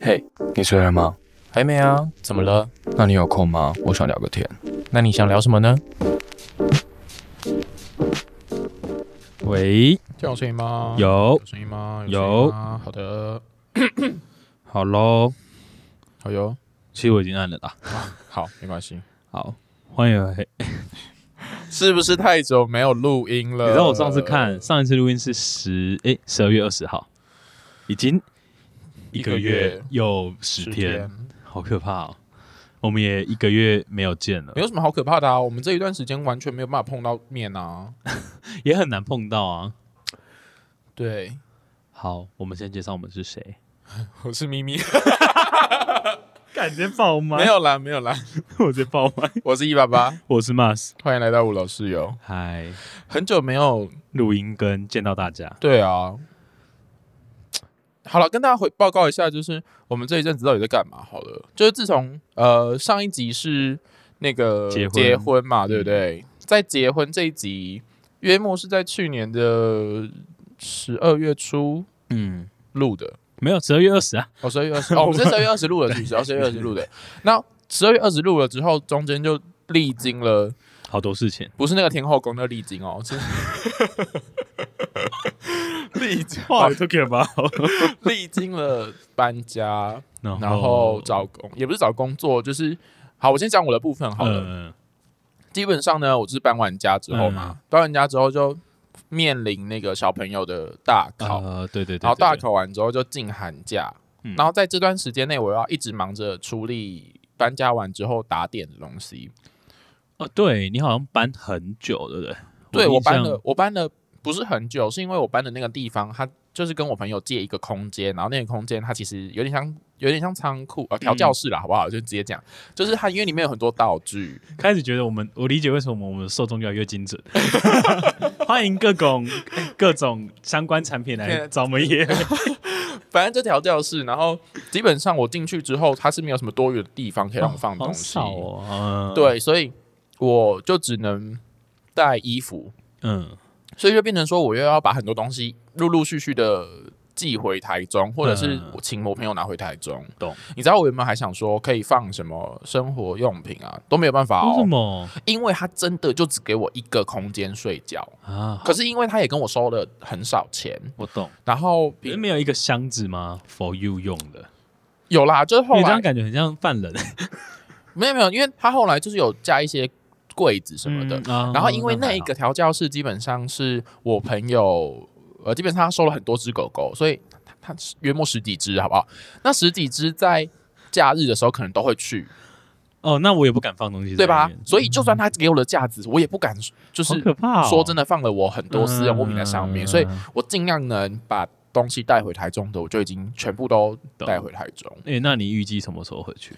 嘿、你睡了吗？还没啊？怎么了？那你有空吗？我想聊个天。那你想聊什么呢？喂，这样有声音吗？有有，声音吗？有声音吗好的， 好喽，好哟。其实我已经按了啦。好，没关系。好，欢迎回。是不是太久没有录音了？你知道我上次看上一次录音是十诶十二月二十号，已经一个一个月月又十十天，，好可怕哦！我们也一个月没有见了没，有什么好可怕的啊。我们这一段时间完全没有办法碰到面啊。也很难碰到啊。对，好，我们先介绍我们是谁。我 是咪咪，感觉爆麦没，有啦，没有啦，我在爆麦。我是一 八八，我是 Mas，欢迎来到五楼室友。嗨，很久没有，录音跟见到大家。对啊。好了，跟大家回报告一下，就是我们这一阵子到底在干嘛？好了，就是自从呃上一集是那个结婚嗯嘛，对不对？在结婚这一集，约莫是在去年的十二月初嗯，录的，没有十二月二十啊，哦，十二 月二十，哦，我们是十二月二十录的，是不是？哦，十二月二十录的。那十二月二十录了之后，中间就历经了，好多事情。不是那个天后宫的历经哦， 是历经哇，talking about，历经了搬家，然然后找工，也不是找工作，就是好，我先讲我的部分好了。嗯基本上呢，我就是搬完家之后嘛，搬完家之后就面临那个小朋友的大考，呃，对对对，然后对大对考完之后就进寒假，嗯然后在这段时间内，我要一直忙着处理搬家完之后打点的东西。哦，对你好像搬很久，对不对？对印我搬象了，，我搬了不是很久，是因为我搬的那个地方，它就是跟我朋友借一个空间，然后那个空间它其实有点像。有点像仓库嗯啊，呃调教室啦，好不好？就直接讲，就是它因为里面有很多道具，开始觉得我们，我理解为什么我们的受众越来越精准。 欢迎各种各种相关产品来找我们也反正就调教室。然后基本上我进去之后，它是没有什么多余的地方可以让我放东好西。少哦。嗯，对，所以我就只能带衣服，嗯，所以就变成说，我又要把很多东西陆陆续续的寄回台中，或者是我请我朋友拿回台中。嗯懂？你知道我原本还想说可以放什么生活用品啊，都没有办法为什哦，么因为他真的就只给我一个空间睡觉。啊？可是因为他也跟我收了很少钱，我懂，然后你没有一个箱子吗？For you 用的，有啦，就是因后为这来样感觉很像犯人没有没有，因为他后来就是有加一些柜子什么的，啊然后因为那一个调教室基本上是我朋友，呃，基本上他收了很多只狗狗，所以他他他约莫十几只，好不好？那十几只在假日的时候可能都会去，哦，那我也不敢放东西在对吧里面，？所以就算他给我的架子，我也不敢，就好是可怕哦。说真的放了我很多私人物品在上面，嗯所以我尽量能把东西带回台中的，我就已经全部都带回台中。诶，哎那你预计什么时候回去？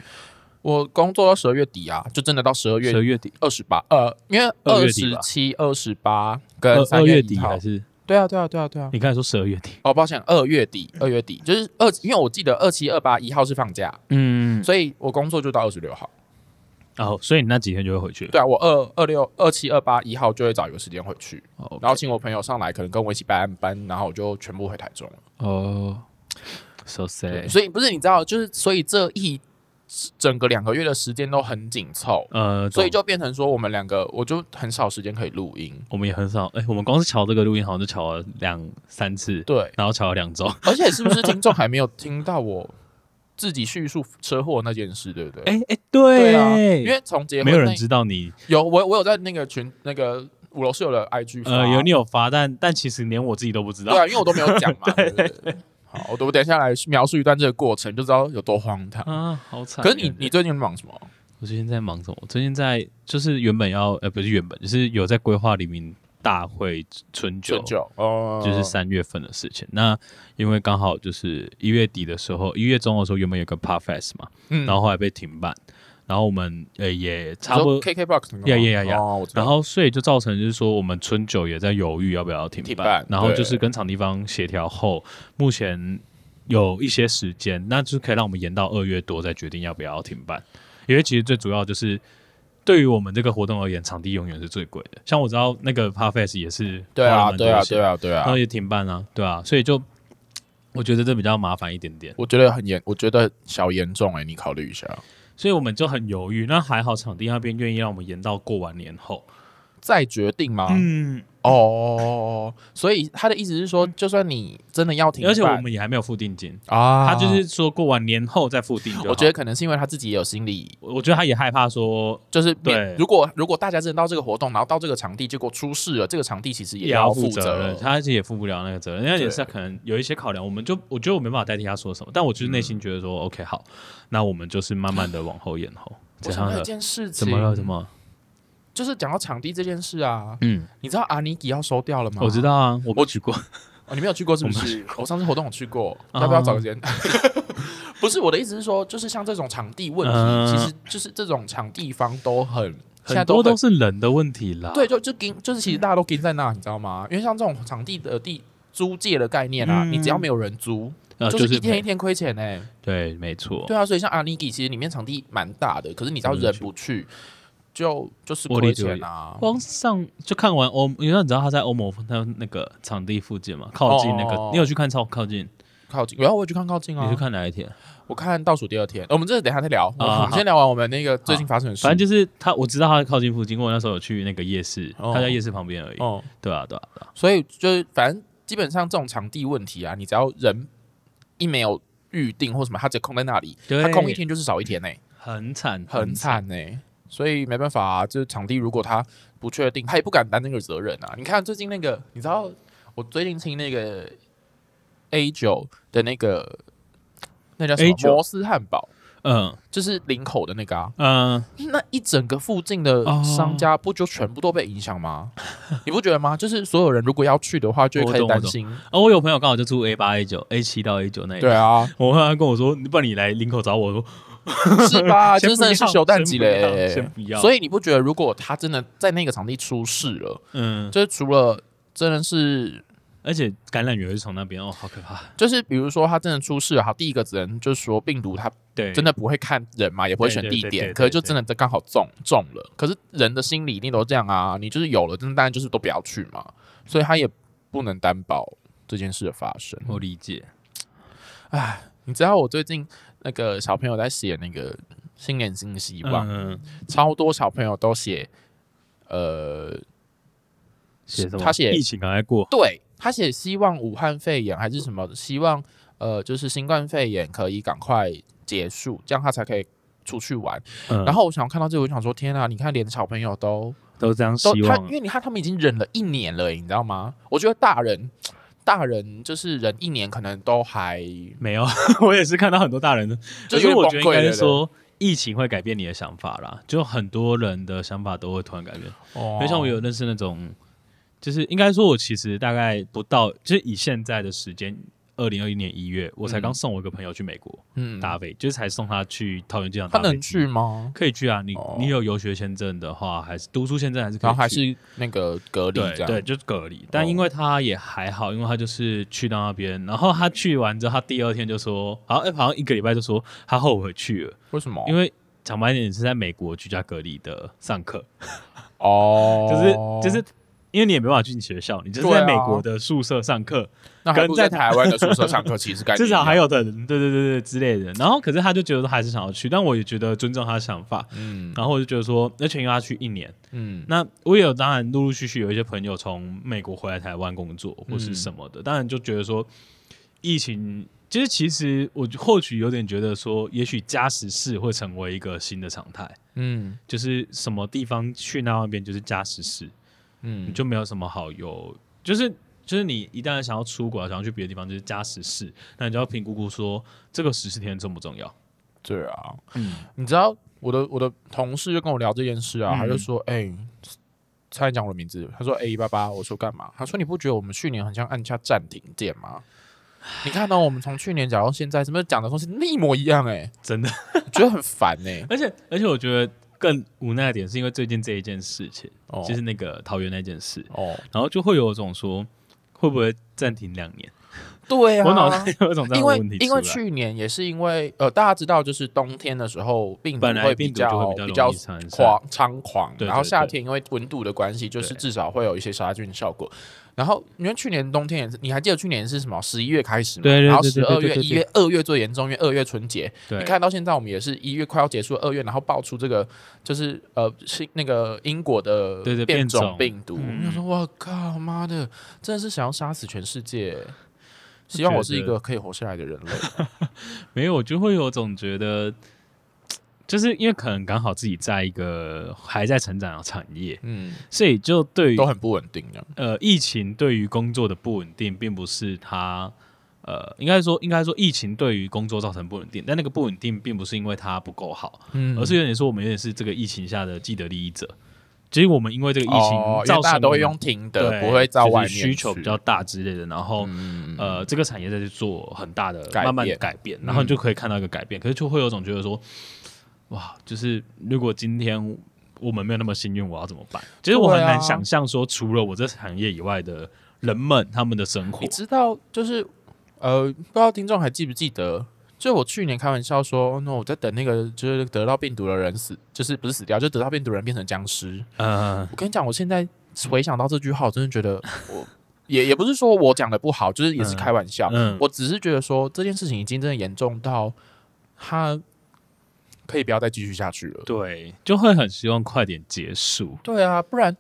我工作到十二月底啊，就真的到十二十月二月底、二十八，呃，因为二二月底十吧七、二十八二跟二三月底底还是？对啊，对啊，对啊，对啊。你刚才说十二月底？哦，抱歉，二月底，二月底就是二，因为我记得二七、二八一号是放假，嗯，所以我工作就到二十六号。哦，所以你那几天就会回去了。对啊，我二二六、二七、二八一号就会找一个时间回去，哦然后请我朋友上来，可能跟我一起班班，然后我就全部回台中了。哦，so sad。所以不是你知道，就是所以这一整个两个月的时间都很紧凑，呃，所以懂就变成说我们两个我就很少时间可以录音。我们也很少，哎、我们光是瞧这个录音好像就瞧了两三次，对，然后瞧了两周。而且是不是听众还没有听到我自己叙述车祸那件事，对不对？哎、哎、对对啊，因为从结婚没有那人知道你，有我我有在那个群那个五楼室友的 IG 发呃，有你有发，但但其实连我自己都不知对道。啊，因为我都没有讲 嘛。对对对好，我我等一下来描述一段这个过程，就知道有多荒唐。啊，好惨！可是你你最近忙什么？我最近在忙什么？我最近在就是原本要，呃，不是原本，就是有在规划黎明大会春酒，春酒哦，就是三月份的事情。那因为刚好就是一月底的时候，一月中的时候原本有个 p a f Fest 嘛，嗯然后后来被停办，然后我们呃也差不多你说 KKBOX 呀呀呀呀哦，我知道然后所以就造成就是说，我们春酒也在犹豫要不要停停办办，然后对就是跟场地方协调后，目前有一些时间，那就是可以让我们延到二月多再决定要不要停办，因为其实最主要就是。对于我们这个活动而言，场地永远是最贵的。像我知道那个 p a f Fest 也是对花了啊蛮多对啊钱对啊对然后啊，也停办啊，对啊，所以就我觉得这比较麻烦一点点，我觉得很严，我觉得小严重哎、你考虑一下。所以我们就很犹豫。那还好场地那边愿意让我们延到过完年后。再决定吗？嗯，哦，所以他的意思是说，就算你真的要停办，而且我们也还没有付定金，啊，他就是说过完年后再付定就好。我觉得可能是因为他自己也有心理，我，我觉得他也害怕说就是对免如果如果大家真的到这个活动，然后到这个场地，结果出事了，这个场地其实也要要负责责任，他自己也负不了那个责任，那也是对可能有一些考量。我们就我觉得我没办法代替他说什么，但我就是内心觉得说、o 嗯 k 好，那我们就是慢慢的往后延后，我怎想嗯样到一的？件事情，怎么了？怎？么？就是讲到场地这件事啊，嗯，你知道阿尼基要收掉了吗？我知、道啊，我我去过，哦，你没有去过是不我没哦是？我上次活动我 去过，啊要不要找个时间？ 不是我的意思是说，就是像这种场地问题，嗯其实就是这种场地方都很现在很多很都是人的问题啦。对，就就跟就是其实大家都跟在那，你知道吗？因为像这种场地的地租借的概念啊，嗯你只要没有人租，呃，就是是一天没一天亏钱哎、对，没错。对啊，所以像阿尼基其实里面场地蛮大的，可是你只要我没人去不去，就就是我理亏解钱啊。光上就看完欧，因为你知道他在欧盟他那个场地附近嘛，靠近那个，哦你有去看超靠近？靠近，然后我也去看靠近啊，你去看哪一天？我看倒数第二天，哦我们这个等一下再聊，我啊们先聊完我们那个最近发生的事。反正就是他，我知道他在靠近附近，因为我那时候有去那个夜市，哦他在夜市旁边而已。哦，对啊，对啊，对啊所以就是反正基本上这种场地问题啊，你只要人一没有预定或什么，他直接空在那里，对他空一天就是少一天呢、很惨，很。惨呢、所以没办法、啊，就是场地如果他不确定，他也不敢担那个责任啊。你看最近那个，你知道我最近听那个 A 九的那个那叫什么 A9 摩斯汉堡，嗯就是林口的那个啊，嗯，那一整个附近的哦商家不就全部都被影响吗？ 你不觉得吗？就是所有人如果要去的话，就会开始我懂我担懂心。哦，我有朋友刚好就住 A 八、A 九、A 七到 A 九那一对带。 啊，我朋友跟我说，不然你来林口找我，我说是吧？先就不是真的是要修蛋级先不要嘞，先不要所以你不觉得，如果他真的在那个场地出事了，嗯，就是除了真的是，而且感染源是从那边哦，好可怕。就是比如说他真的出事了，好，第一个只能就是说病毒它对，真的的不会看人嘛，也不会选地对对对对点，对可是就真的刚好中中了。可是人的心理一定都这样啊，你就是有了，真的当然就是都不要去嘛，所以他也不能担保这件事的发生。我理解。你知道我最近那个小朋友在写那个新年新希望，嗯，超多小朋友都写，呃，写什么？他写疫情还在过，对他写希望武汉肺炎还是什么，希望呃就是新冠肺炎可以赶快结束，这样他才可以出去玩。嗯，然后我想看到这个，我就想说天啊，你看连小朋友都都这样都希他，望因。为你看他们已经忍了一年了耶，你知道吗？我觉得大人。大人就是忍一年，可能都还没有， 我也是看到很多大人的，可就有是点我觉得崩应溃该了是说。疫情会改变你的想法啦，就很多人的想法都会突然改变。哦因为像我有认识那种，就是应该说，我其实大概不到，就是以现在的时间，二零二一年一月，我才刚送我一个朋友去美国嗯，搭飞，就是才送他去桃园机场他搭飞能机去。吗？可以去啊，你哦你有游学签证的话，还是读书签证还是可以去，然后还是那个隔离对这样，哦对，就是隔离。但因为他也还好，因为他就是去到那边，然后他去完之后，他第二天就说，好像、哎好像一个礼拜就说他后悔去了，为什么？因为为讲白一点是在美国居家隔离的上课，哦，就是就是因为你也没办法去你学校，你就是在对美啊国的宿舍上课，那还不如跟在在台湾的宿舍上课，其实感 觉至少还有有的人，对对对对之类的。然后可是他就觉得他还是想要去，但我也觉得尊重他的想法。嗯然后我就觉得说，而且因为他去一年，嗯那我也有当然陆陆续续有一些朋友从美国回来台湾工作或是什么的，当然就觉得说疫情。其实，其实我或许有点觉得说，也许加时事会成为一个新的常态，嗯就是什么地方去那边就是加时事，你嗯，就没有什么好有，就是就是你一旦想要出国，啊想要去别的地方，就是加时事，那你就要评估估说这个十四天重不重要。对啊，嗯，你知道我的我的同事就跟我聊这件事啊，嗯他就说，哎、差点讲我的名字，他 说 A 一八八，我说干嘛？他说你不觉得我们去年很像按下暂停键吗？ 你看到、我们从去年讲到现在，怎么讲的东西一模一样、欸？真的。 觉得很烦哎、而且而且我觉得更无奈的点是因为最近这一件事情，哦就是那个桃园那件事，哦，然后就会有一种说会不会暂停两年？对啊，我脑袋有一种这样因的为问题出来因为去年也是因为呃，大家知道就是冬天的时候病毒本来会病比毒就较会比比较较容易传染狂猖狂，对对然后夏天因为温度的关系，就是对至少会有一些杀菌效果。然后因为去年冬天也是，你还记得去年是什么？十一月开始嘛，对对对然后对十对二对月、对一月、二月最严重，因为二月春节，对你，看到现在我们也是一月快要结束，二月然后爆出这个就是呃是那个英国的对对变变种种病毒，嗯我就说我靠妈的，真的是想要杀死全世界。希望我是一个可以活下来的人类。没有，我就会有种觉得，就是因为可能刚好自己在一个还在成长的产业，嗯，所以就 对于都很不稳定的。呃疫情对于工作的不稳定，并不是它呃应该说应该说疫情对于工作造成不稳定，但那个不稳定并不是因为它不够好，嗯而是有点说我们有点是这个疫情下的既得利益者。其实我们因为这个疫情哦，因造成为大家都我会们用听的，对不会到就是外面需求去比较大之类的，然后、嗯呃，这个产业在去做很大的改慢慢的变嗯改变，然后你就可以看到一个改变，可是就会有种觉得说，哇，就是如果今天我们没有那么幸运，我要怎么办？其实我很对啊难想象说，除了我这产业以外的人们他们的生活你，知道，就是呃，不知道听众还记不记得，就我去年开玩笑说，哦那、我在等那个就是得到病毒的人死，就是不是死掉，就得到病毒的人变成僵尸。嗯、我跟你讲，我现在回想到这句话，我真的觉得我也也不是说我讲的不好，就是也是嗯开玩笑，嗯，我只是觉得说这件事情已经真的严重到它可以不要再继续下去了。对，就会很希望快点结束，对啊，不然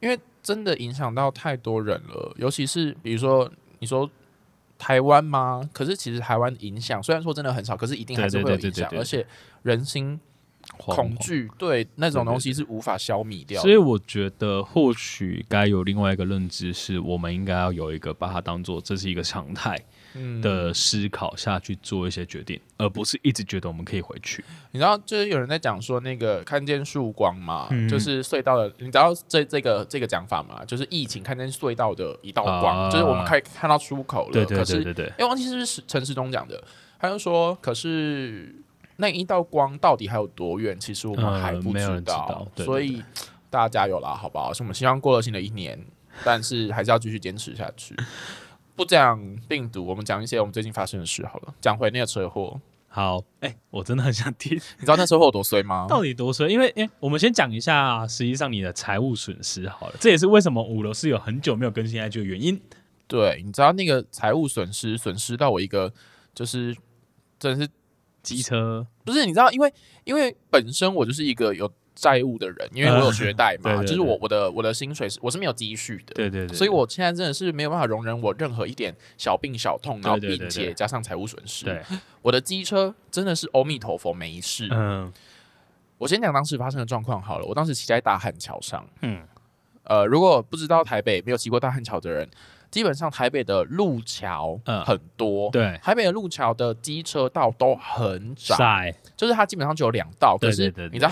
因为真的影响到太多人了，尤其是比如说你说台湾吗？可是其实台湾影响虽然说真的很少，可是一定还是会有对对对影响对，对对而且人心惶恐恐惧对那种东西是无法消弭掉的。所以我觉得，或许该有另外一个认知，是我们应该要有一个把它当做这是一个常态嗯的思考下去做一些决定，而不是一直觉得我们可以回去。你知道，就是有人在讲说那个看见曙光嘛，嗯就是隧道的，你知道这这个这个讲法吗？就是疫情看见隧道的一道光，啊就是我们可以看到出口了，对对可是对对对，哎、忘记是不是陈时中讲的，他就说，可是那一道光到底还有多远？其实我们嗯还不没有人知道，道对所对以大家加油啦，好不好？是我们希望过了新的一年，但是还是要继续坚持下去。不讲病毒，我们讲一些我们最近发生的事好了。讲回那个车祸，好，哎、我真的很想听你知道那车祸有多衰吗？ 到底多深，因为因为我们先讲一下，实际上你的财务损失好了，这也是为什么五楼是有很久没有更新 IG 的原因。对，你知道那个财务损失，损失到我一个就是真的是机车，不是，你知道，因为因为本身我就是一个有债务的人，因为我有学贷嗯嘛，对对对就是我我的我的薪水是我是没有积蓄的，对对对，所以我现在真的是没有办法容忍我任何一点小病小痛，然后对对并对且对加上财务损失。对，我的机车真的是阿弥陀佛没事。嗯我先讲当时发生的状况好了，我当时骑在大汉桥上，嗯，呃，如果不知道台北没有骑过大汉桥的人，基本上台北的路桥嗯很多，对，台北的路桥的机车道都很窄，晒就是它基本上只有两道，可对是对对对你知道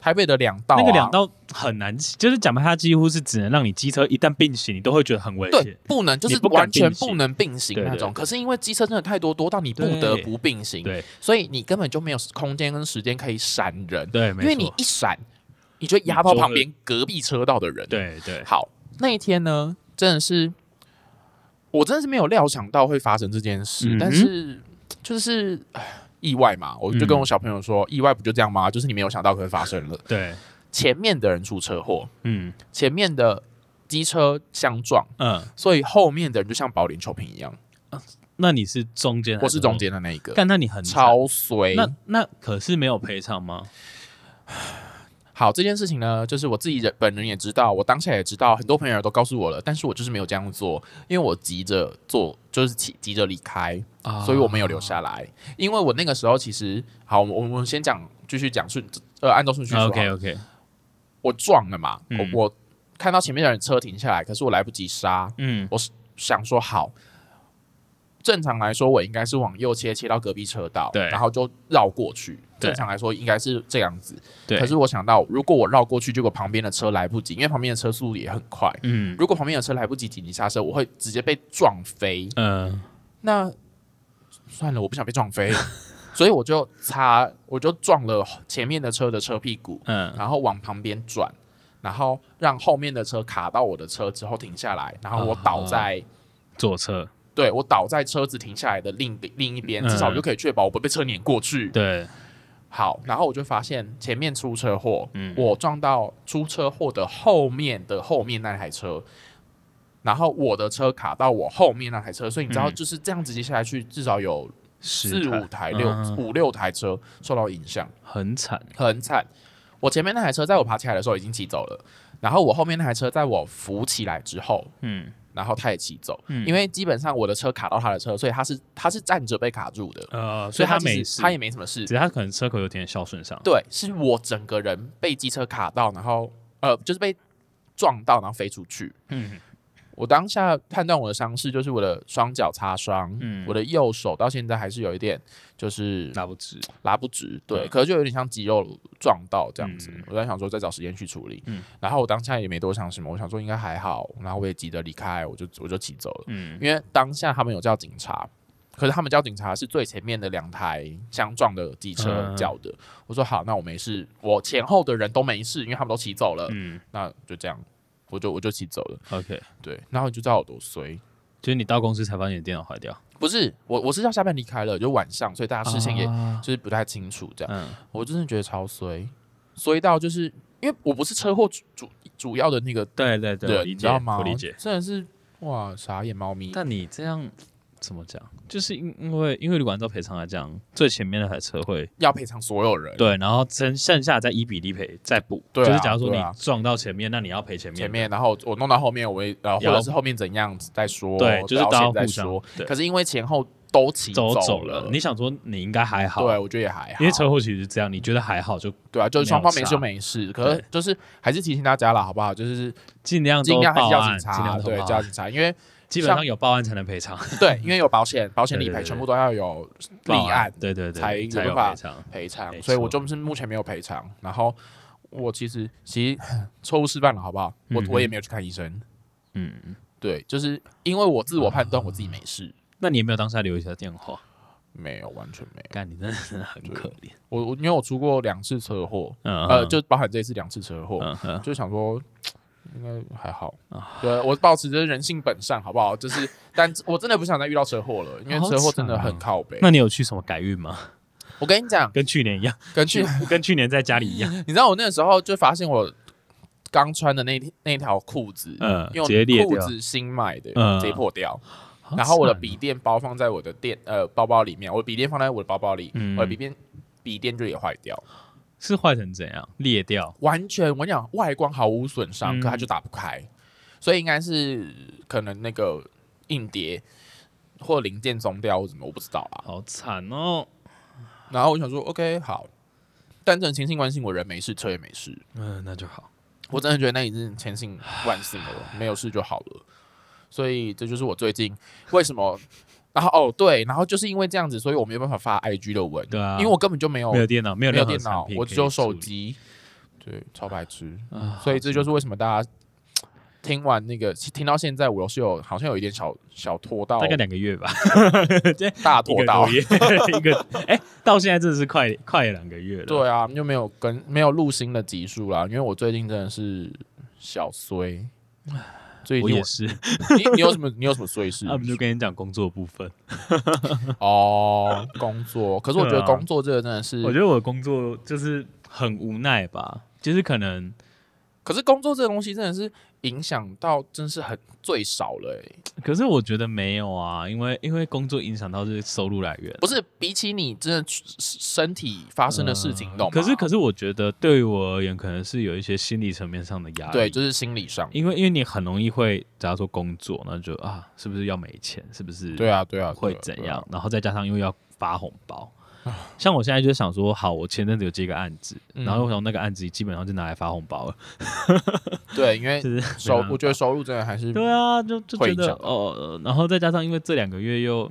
台北的两道、啊，那个两道很难，就是讲白，它几乎是只能让你机车一旦并行，你都会觉得很危对险。不能就是你不敢完全并行不能并行对那对种，对可是因为机车真的太多，多到你不对得不并行，对所以你根本就没有空间跟时间可以闪人，对，因为没你错，一闪，你就压到旁边隔壁车道的人。，对对，好，那一天呢，真的是我真的是没有料想到会发生这件事，嗯哼但是就是唉意外嘛，我就嗯跟我小朋友说，意外不就这样吗？就是你没有想到可会发生了。对，前面的人出车祸，嗯前面的机车相撞，嗯，所以后面的人就像保龄球瓶一样，那你是中间，我是中，间的那一个，但那你很惨。超嗯衰。那那可是没有赔偿吗？好，这件事情呢，就是我自己人本人也知道，我当下也知道，很多朋友都告诉我了，但是我就是没有这样做，因为我急着做，就是急急着离开，啊所以我没有留下来，因为我那个时候其实好，我我们先讲，继续讲顺，呃，按照顺序说好啊了 OK OK，我撞了嘛，嗯我我看到前面的人车停下来，可是我来不及刹，嗯想说好，正常来说我应该是往右切，切到隔壁车道，对然后就绕过去。对正常来说应该是这样子，对，可是我想到，如果我绕过去，结果旁边的车来不及，因为旁边的车速度也很快。嗯如果旁边的车来不及紧急刹车，我会直接被撞飞。嗯那算了，我不想被撞 飞，所以我就擦，我就撞了前面的车的车屁股，嗯然后往旁边转，然后让后面的车卡到我的车之后停下来，然后我啊倒在左侧，对我倒在车子停下来的另另一边，嗯至少我就可以确保我不被车碾过去。对，好，然后我就发现前面出车祸，嗯我撞到出车祸的后面的后面那台车，然后我的车卡到我后面那台车，所以你知道，嗯就是这样子接下来去，至少有四十五台、六嗯五六台车受到影响，很惨，很惨。我前面那台车在我爬起来的时候已经骑走了，然后我后面那台车在我扶起来之后，嗯然后他也骑走，嗯因为基本上我的车卡到他的车，所以他是他是站着被卡住的，呃，所以他其实没事，他也没什么事只。是他可能车口有点小损伤，对，是我整个人被机车卡到，然后呃，就是被撞到，然后飞出去。嗯我当下判断我的伤势就是我的双脚擦伤，嗯我的右手到现在还是有一点就是拿不直，拉不直，对，嗯可是就有点像肌肉撞到这样子。嗯我在想说再找时间去处理，嗯然后我当下也没多想什么，我想说应该还好，然后我也急着离开，我就我就骑走了，嗯因为当下他们有叫警察。可是他们叫警察是最前面的两台相撞的机车嗯叫的。我说好，那我没事，我前后的人都没事，因为他们都骑走了，嗯那就这样，我就我就骑走了。 ，OK，对，然后你就知道我多衰，就是你到公司才发现你的电脑坏掉，不是我，我是要下班离开了，就晚上，所以大家视线也啊就是不太清楚这样。嗯我真的觉得超衰，衰到就是因为我不是车祸主主主要的那个对对对，我人，理你解知道吗？我理解。真的是哇，傻眼猫咪。但你这样怎么讲？就是因因为因为旅馆照赔偿来讲，最前面那台车会要赔偿所有人，对，然后剩剩下再一比一赔再补。对啊就是假如说对啊你撞到前面，那你要赔前面的。前面，然后我弄到后面，我也呃，或者是后面怎样再说，对，就是到大啊现家在互相说。对可是因为前后都骑走走了。你想说你应该还好，对，我啊觉得也还好，因为车祸其实是这样，你觉得还好就对啊，就是没双有方没差事就没事。可是就是还是提醒大家啦，好不好？就是尽量尽都量还是报要警案，尽察，量都对，报叫案，警察，因为基本上有报案才能赔偿， 对，因为有保险，保险理对赔对全部都要有立报案对对对，才才有有办法赔偿。赔偿没，所以我错就是目前没有赔偿。然后我其实其实错误示范了，好不好？我嗯哼我也没有去看医生，嗯，对，就是因为我自我判断我自己没事，那你有没有当下留一下电话？没有，完全没有。干，你真的是很可怜。我我因为我出过两次车祸，嗯呃，嗯就包含这一次两次车祸，嗯啊嗯就想说应该还好。对我保持着人性本善，好不好？就是，但我真的不想再遇到车祸了，因为好车祸真的惨很哦靠北。那你有去什么改运吗？我跟你讲，跟去年一样，根据 跟去年在家里一样，你知道我那个时候就发现我刚穿的那那条裤子，嗯因为我直接裂裤掉子新买的，嗯哦直接破掉。然后我的笔电包放在我的电呃包包里面，我的笔电放在我的包包里，嗯我的笔电笔电就也坏掉，是坏成怎样？裂掉，完全我跟你讲外观毫无损伤，嗯可它就打不开，所以应该是可能那个硬碟或零件松掉或什么，我不知道啊。好惨哦。然后我想说，OK 好，但这种情形关心我人没事，车也没事，嗯，那就好。我真的觉得那已经是千幸万幸了，没有事就好了。所以这就是我最近为什么， 然后哦对，然后就是因为这样子，所以我没有办法发 IG 的文，对啊，因为我根本就没有没有电脑，没有没任有何电脑产，品我可以只有手处理机，对，超白痴。啊所以这就是为什么大家听完那个听到现在，我是有好像有一点小小拖到大概两个月吧，大一拖个到多，月， 一个哎，到现在真的是快快两个月了。对啊，就没有跟没有录新的集数啦，因为我最近真的是小衰。最我近也我是，啊你你有什么你有什么 衰事？那我们就跟你讲工作部分。哦，工作。可是我觉得对啊工作这个真的是，我觉得我的工作就是很无奈吧，就是可能可是工作这个东西真的是影响到，真是很最少了、欸。可是我觉得没有啊，因为因为工作影响到这个收入来源，不是比起你真的身体发生的事情，懂嗯吗？可是可是我觉得对于我而言，可能是有一些心理层面上的压力。对，就是心理上。因为因为你很容易会，假如说工作，那就啊，是不是要没钱？是不是对啊，对啊，会对啊怎对啊样？然后再加上又要发红包。像我现在就想说，好，我前阵子有接一个案子，嗯然后从那个案子基本上就拿来发红包了， 对，因为就是收没办，法我觉得收入真的还是对啊，就就哎会觉影得响到哦、呃然后再加上因为这两个月又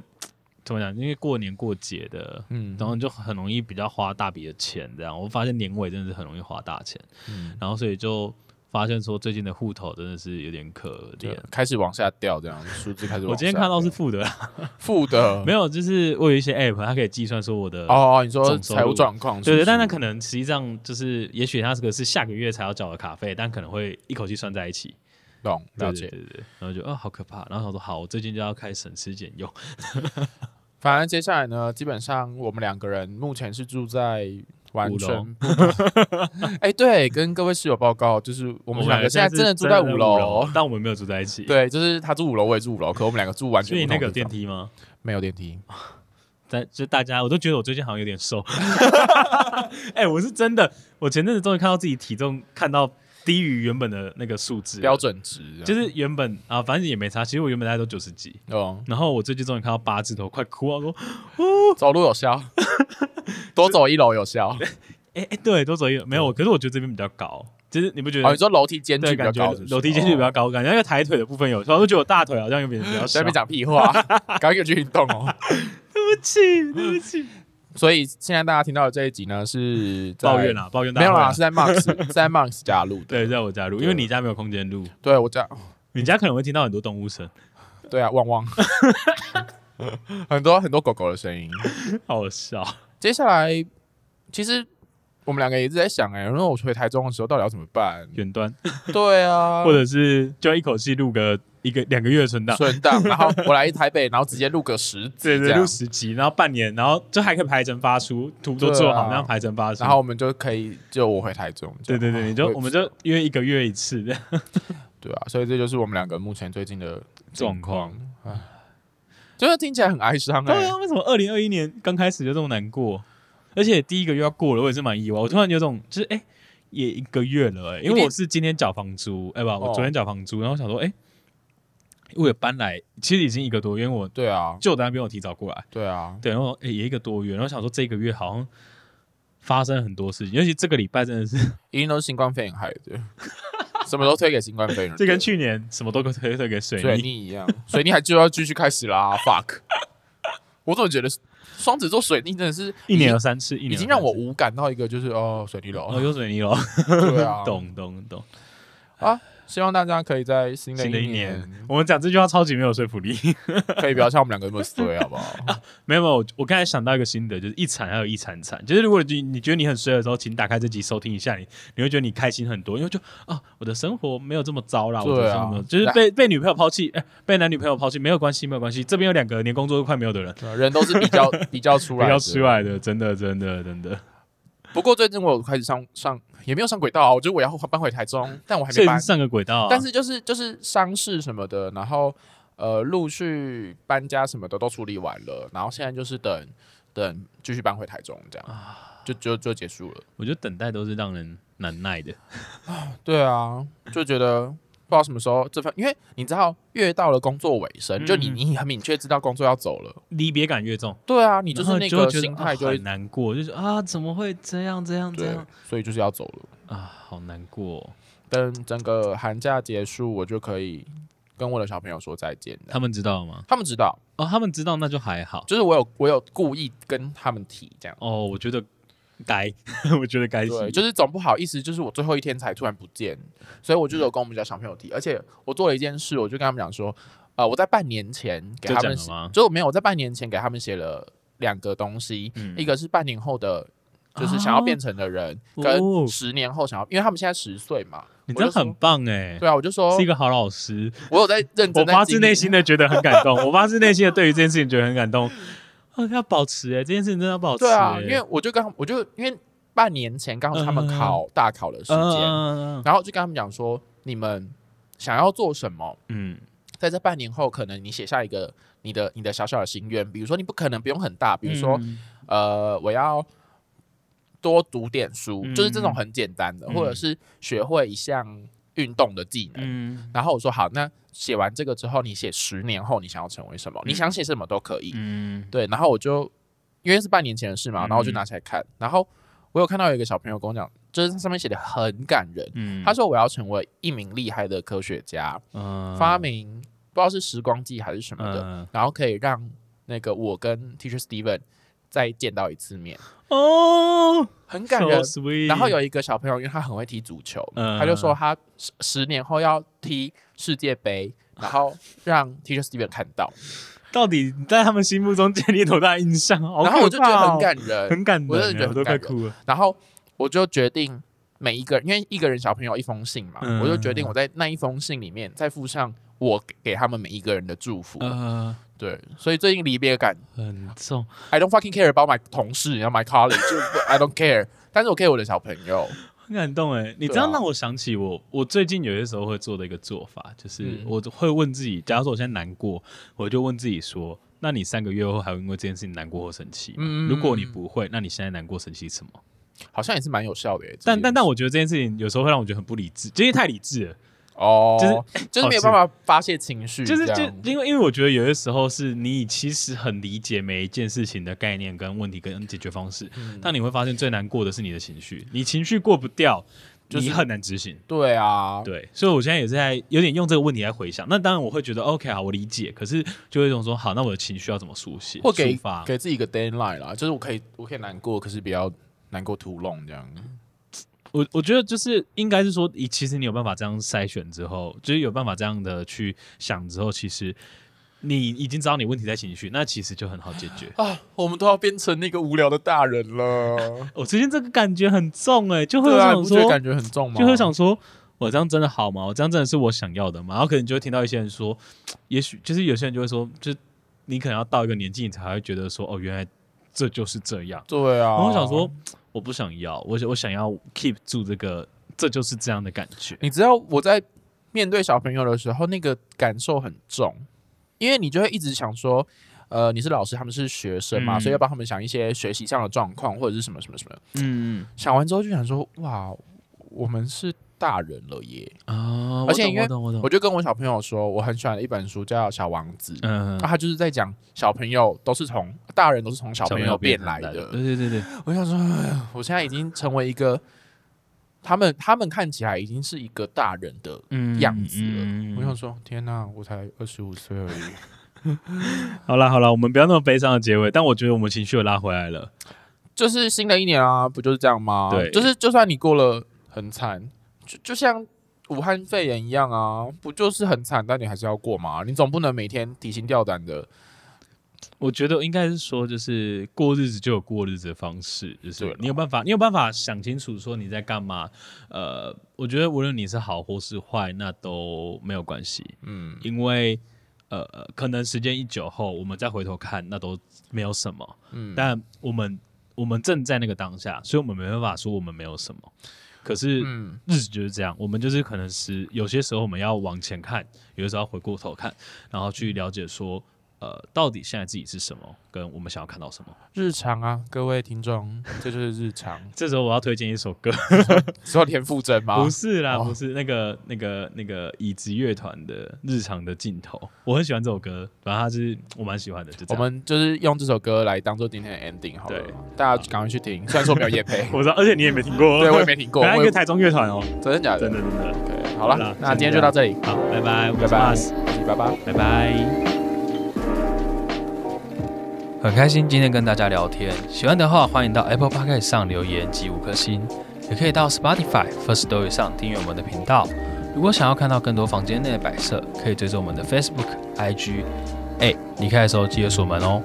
怎么讲，因为过年过节的，嗯然后就很容易比较花大笔的钱，这样我发现年尾真的是很容易花大钱，嗯然后所以就发现说最近的户头真的是有点可对啊怜。开始往下掉，这样数字开始往下掉。我今天看到啊是负的，负的，没有，就是我有一些 app，它可以计算说我的，嗯哦，你说总收入财务状况是不对是，对，但那可能实际上就是，也许它这个是下个月才要缴的卡费，但可能会一口气算在一起，懂对了对解。对对，然后就啊、好可怕，然后我说好，我最近就要开始省吃俭用，反正接下来呢，基本上我们两个人目前是住在完五楼 全不同。哎，对，跟各位室友报告，就是我我们两个现在是真的住在五五楼。但我们没有住在一起。，对，就是他住五楼，我也住五楼，可我们两个住完全所不以同那个的有电地梯吗？方没有电梯，在就大家，我都觉得我最近好像有点瘦。 哎、我是真的，我前阵子终于看到自己体重看到低于原本的那个数字了标，准值就是原本啊，反正也没差。其实我原本大家都九十几，哦，然后我最近终于看到八字头，快哭啊！我说，走路 有效，多走一楼有效。哎、哎、对，都走一没有，可是我觉得这边比较高，就是你不觉得？哦，你说楼梯间距对，比较感觉高是不是，哦楼梯间距比较高，感觉那个抬腿的部分有，所以我就觉得我大腿好像有点比较哦。在小。那边讲屁 话，赶紧去运动哦。对不起，对不起，所以现在大家听到的这一集呢，是在抱怨啦，抱怨啊大没会有啦，啦是。在 Max 是在 Max 家录的。对，在我家录，因为你家没有空间录，对我家你家可能会听到很多动物声，对啊，汪汪， 很多很多狗狗的声音。好笑。？接下来，其实我们两个也一直在想、哎，如果我回台中的时候，到底要怎么办远端，对啊，或者是就一口气录个一个两个月的存档，存档，然后我来台北，然后直接录个十集对这对，样录，十集，然后半年，然后就还可以排成发出，图都做对好，啊那样排成发出，然后我们就可以就我回台中。这对样哦对对，你就我们就因为一个月一次， 对啊，所以这就是我们两个目前最近的状况。唉，就是听起来很哀伤哎、对 啊，为什么二零二一年刚开始就这么难过？而且第一个月要过了，我也是蛮意外。我突然有种就是哎、也一个月了哎、因一为定我是今天缴房租，哎、吧，哦我昨天缴房租，然后想说哎、我也搬来，其实已经一个多月，因为我对啊，旧的那边我提早过来，对啊，对，然后哎、也一个多月，然后想说这个月好像发生很多事情，尤其这个礼拜真的是，一定都是新冠肺炎害的，什么都推给新冠肺炎。这跟去年什么都推推给水水泥，逆一样，水逆还就要继续开始啦，fuck！我怎么觉得双子座水逆真的是一年已有三次，一年已有经让三我次无感到一个就是哦水逆哦 了，有水泥了，对啊，懂懂懂。啊！希望大家可以在新的新的一一年，我们讲这句话超级没有说服力。可以不要像我们两个那么衰，好不好？ 没有没有，我我刚才想到一个新的，就是一惨还有一惨惨，就是如果你你觉得你很衰的时候，请打开这集收听一下你，你会觉得你开心很多，因为就啊，我的生活没有这么糟啦，我对的啊生活没有就是被被女朋友抛弃，哎、被男女朋友抛弃没有关系，没有关系，这边有两个连工作都快没有的人，对啊人都是比较比较出不来，要出。来的，真的真的真的，不过最近我有开始上上也没有上轨道啊，我觉得我要搬回台 中，但我还所没以搬。上个轨道、啊，但是就是就是伤势什么的，然后呃陆续搬家什么的都处理完了，然后现在就是等等继续搬回台中这样，啊就就就结束了。我觉得等待都是让人难耐的，对啊，就觉得不知道什么时候这份，因为你知道越到了工作尾声，就你嗯你很明确知道工作要走了，离别感越重，对啊，你就是然后那会个觉得心态啊就会很难过，就是啊，怎么会这样这样这对样，所以就是要走了。啊，好难过哦、等整个寒假结束，我就可以跟我的小朋友说再见了。他们知道吗？他们知道，哦，他们知道那就还好。就是我有我有故意跟他们提这样。哦，我觉得该， 我觉得该对，是，就是总不好意思，就是我最后一天才突然不见，所以我就有跟我们家小朋友提，而且我做了一件事，我就跟他们讲说，呃，我在半年前给就他讲们了，吗？就没有我在半年前给他们写了两个东西，嗯一个是半年后的，就是想要变成的人，啊哦跟十年后想要，因为他们现在十岁嘛，你我真就的很说棒哎、对啊，我就说是一，个好老师。我有在认我真在经历，发自内心的觉得很感动，我发自内心的对于这件事情觉得很感动。哦，要保持哎、这件事情真的要保持、欸。对啊，因为我就跟他们我就因为半年前刚好是他们嗯考大考的时嗯间，嗯嗯然后就跟他们讲说，你们想要做什么。嗯，在这半年后，可能你写下一个你的你的小小的心愿，比如说你不可能不用很大，比如说、嗯呃，我要多读点书，嗯就是这种很简单的，嗯或者是学会一项运动的技能。嗯然后我说好，那写完这个之后，你写十年后你想要成为什么？你想写什么都可以。嗯，对，然后我就因为是半年前的事嘛，嗯然后我就拿起来看，然后我有看到有一个小朋友跟我讲，就是上面写的很感人。嗯他说我要成为一名厉害的科学家，嗯发明不知道是时光机还是什么的，嗯然后可以让那个我跟 Teacher Steven 再见到一次面，哦，很感人。 so sweet 然后有一个小朋友，因为他很会踢足球，嗯他就说他十十年后要踢世界杯，然后让 Teacher Steven 看到，到底你在他们心目中建立多大印象？好然后我就觉可怕得哦很感人， 很感人欸，我真的觉得都快很感人哭了。然后我就决定。每一个人，因为一个人小朋友一封信嘛，嗯我就决定我在那一封信里面再附上我给给他们每一个人的祝福。呃，对，所以最近离别感很重。 I don't fucking care about my 同事，然后 my colleague，就 I don't care。但是我可以我的小朋友，很感动哎、你对这样啊让我想起我，我最近有些时候会做的一个做法，就是嗯我会问自己，假如说我现在难过，我就问自己说：那你三个月后还会因为这件事情难过或生气吗？嗯如果你不会，那你现在难过生气什么？好像也是蛮有效的耶。但这件但但我觉得这件事情有时候会让我觉得很不理智，因为太理智了，哦，就就是就是没有办法发泄情绪，就是嗯这就样因为因为我觉得有些时候是你其实很理解每一件事情的概念跟问题跟解决方式，嗯但你会发现最难过的是你的情绪，你情绪过不掉，就是你很难执行。对啊，对，所以我现在也是在有点用这个问题来回想。那当然我会觉得 OK 好，我理解。可是就有一种说，好，那我的情绪要怎么抒写？或给抒发？给自己一个 deadline 啦，就是我可以我可以难过，可是不要难过屠龙这样。。我我觉得就是应该是说，你其实你有办法这样筛选之后，就是有办法这样的去想之后，其实你已经知道你问题在情绪，那其实就很好解决 啊，我们都要变成那个无聊的大人了，我最近这个感觉很重哎、就会有对啊，想你不觉得说，感觉很重吗？就会想说。我这样真的好吗？我这样真的是我想要的吗？然后可能就会听到一些人说，也许就是有些人就会说，就是你可能要到一个年纪，你才会觉得说，哦，原来这就是这样。对啊，然后我想说，我不想要，我想我想要 keep 住这个，这就是这样的感觉。你知道我在面对小朋友的时候，那个感受很重，因为你就会一直想说，呃，你是老师，他们是学生嘛，嗯所以要帮他们想一些学习上的状况或者是什么什么什么。嗯想完之后就想说，哇，我们是大人了耶！啊，而且因为我懂我懂，我就跟我小朋友说，我很喜欢的一本书叫《小王子》，啊嗯那、，他就是在讲小朋友都是从大人都是从小小朋朋友友变变来来的，对对对对，我想说，哎呀我现在已经成为一个，他们他们看起来已经是一个大人的嗯样子了。嗯我想说，天哪、我才二十五岁而已。好啦好啦，我们不要那么悲伤的结尾，但我觉得我们情绪有拉回来了。 就是新的一年啊，不就是这样吗？对就是就算你过了很惨，就就像武汉肺炎一样啊，不就是很惨，但你还是要过嘛。你总不能每天提心吊胆的。我觉得应该是说，就是过日子就有过日子的方式，就对是了你有办法，你有办法想清楚说你在干嘛。呃，我觉得无论你是好或是坏，那都没有关系。嗯，因为呃，可能时间一久后，我们再回头看，那都没有什么。嗯但我们我们正在那个当下，所以我们没办法说我们没有什么。可是嗯日子就是这样，我们就是可能是有些时候我们要往前看，有的时候要回过头看，然后去了解说，呃，到底现在自己是什么，跟我们想要看到什么。日常啊，各位听众，这就是日 常。这时候我要推荐一首歌，只有田馥甄吗不？是啦，哦不是那个那个那个椅子乐团的《日常的尽头》，我很喜欢这首歌，反正它是我蛮喜欢的，就这我样。们就是用这首歌来当做今天的 ending 好了对，，大家赶快去听。虽然说没有夜配我知道，而且你也没听过，对我也没 听过，原来我一个也台中乐团哦， 真的假的真？的真的。对，好好啦了，那今天就到这里，好，拜拜，我拜是拜 Mars，拜拜拜。拜。很开心今天跟大家聊天，喜欢的话欢迎到 Apple Podcast 上留言及五颗星，也可以到 Spotify、First Story 上订阅我们的频道。如果想要看到更多房间内的摆设，可以追踪我们的 Facebook、IG。哎，离开的时候记得锁门哦。